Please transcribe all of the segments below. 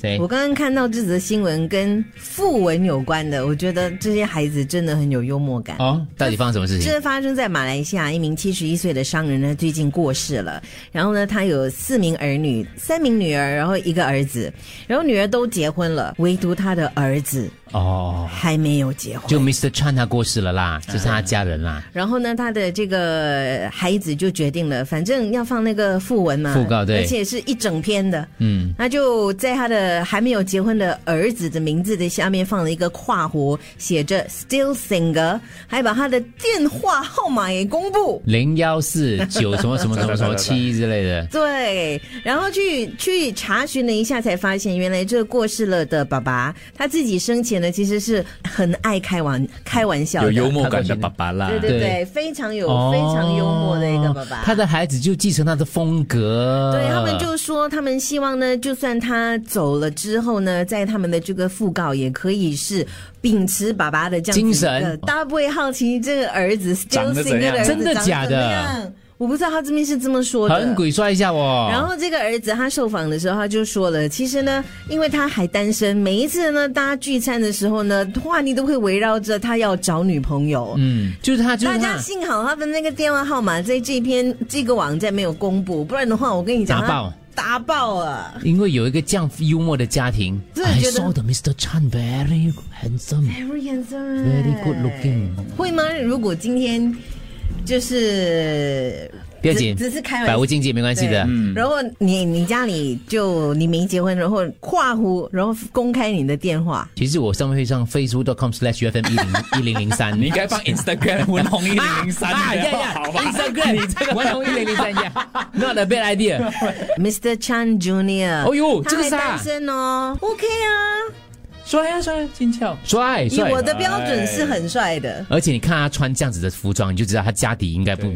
谁我？刚刚看到这则新闻跟讣文有关的，我觉得这些孩子真的很有幽默感。哦，到底发生什么事情？这发生在马来西亚，一名七十一岁的商人呢，最近过世了。然后呢，他有四名儿女，三名女儿，然后一个儿子，然后女儿都结婚了，唯独他的儿子哦，还没有结婚。就 Mr. Chan 他过世了啦，嗯就是他家人啦，然后呢，他的这个孩子就决定了，反正要放那个讣文嘛，讣告对而且是一整篇的，嗯，他就在他的还没有结婚的儿子的名字的下面放了一个跨弧，写着 “still single”，还把他的电话号码也公布。零幺四九什么什么什么什么 七之类的。对，然后去去查询了一下，才发现原来这个过世了的爸爸，他自己生前呢其实是很爱开玩开玩笑有的，幽默感的爸爸啦。对对对，对非常有、非常幽默的一个爸爸。哦他的孩子就继承他的风格。对他们就说，他们希望呢，就算他走了之后呢，在他们的这个讣告也可以是秉持爸爸的这样子精神一个大家不会好奇这个儿子 still 长得 single 怎样的儿子真的长得假的怎么样？我不知道他这边是这么说的，很鬼帅一下哦。然后这个儿子他受访的时候，他就说了，其实呢，因为他还单身，每一次呢，大家聚餐的时候呢，话题都会围绕着他要找女朋友。嗯，就是他，就是大他家，幸好他的那个电话号码在这篇这个网站没有公布，不然的话，我跟你讲，打爆，打爆啊！因为有一个这样幽默的家庭。真的 I 觉得 saw the Mr. Chan very handsome, Very handsome, very good looking。会吗？如果今天就是不要紧只只是开玩百笑无。禁忌没关系对的。嗯然后你你家里就你没结婚，然后跨户，然后公开你的电话，其实我上面会上 facebook.com/slash fm 一零一零零三。 你应 该放 Instagram 文红一 零零三啊呀呀好吧？ ，Instagram 玩红一零零三呀，Not a bad idea。 Mr. Chan Junior，哦呦他这个还是啊单身哦，OK 啊，帅呀帅呀，俊俏。帅以帅，我的标准是很帅的，而且你看他穿这样子的服装，你就知道他家底应该不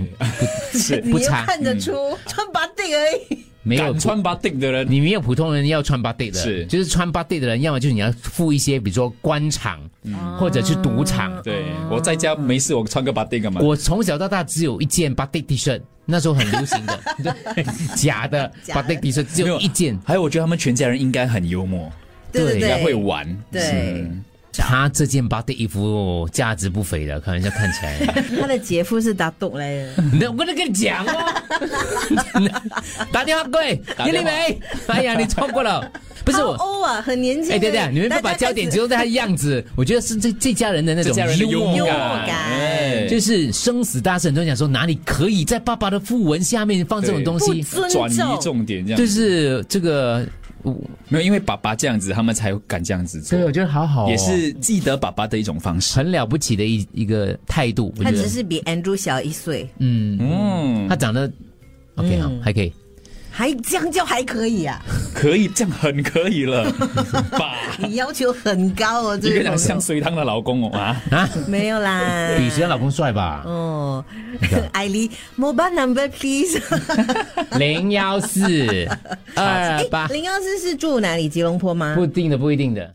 是哎不你又差嗯看得出、穿八定而已。没有敢穿把腚的人，你没有普通人要穿八 day 的，是就是穿八 day 的人，要么就是你要付一些，比如说官场，或者去赌场。啊对我在家没事，我穿个把腚干嘛？我从小到大只有一件八 day T 恤，那时候很流行的，对假的假的八 day T 恤只有一件。还有，我觉得他们全家人应该很幽默，对对对应该对，会玩。对嗯他这件八 day 衣服哦价值不菲的，开玩笑看起来，他的姐夫是打赌来的。那我跟你讲啊 哦，打电话过来，打叶丽电话梅，哎呀，你错过 了，不是好我。欧啊，很年轻。哎，对对，你们不把焦点集中在他样子，我觉得是这这家人的那这种家人的幽默默幽感，默感哎就是生死大事，很多人讲说哪里可以在爸爸的讣文下面放这种东不西，尊转移重。重点这样。就是这个，没有，因为爸爸这样子，他们才敢这样子做所以，我觉哦得好好、也是记得爸爸的一种方式。很了不起的一一个态度。我他觉只得，是比 Andrew 小一岁，嗯，嗯，他长得 OK 好，还可以。还这样就还可 以啊！可以这样，很可以了，爸。你要求很高哦，你这跟个你讲像隋汤的老公哦啊， 没有啦，比哎谁的老公帅吧？ 哦，艾莉，mobile number please。零幺四二哎 八， 零幺四是住哪里？吉隆坡吗？不一定的，不一定的。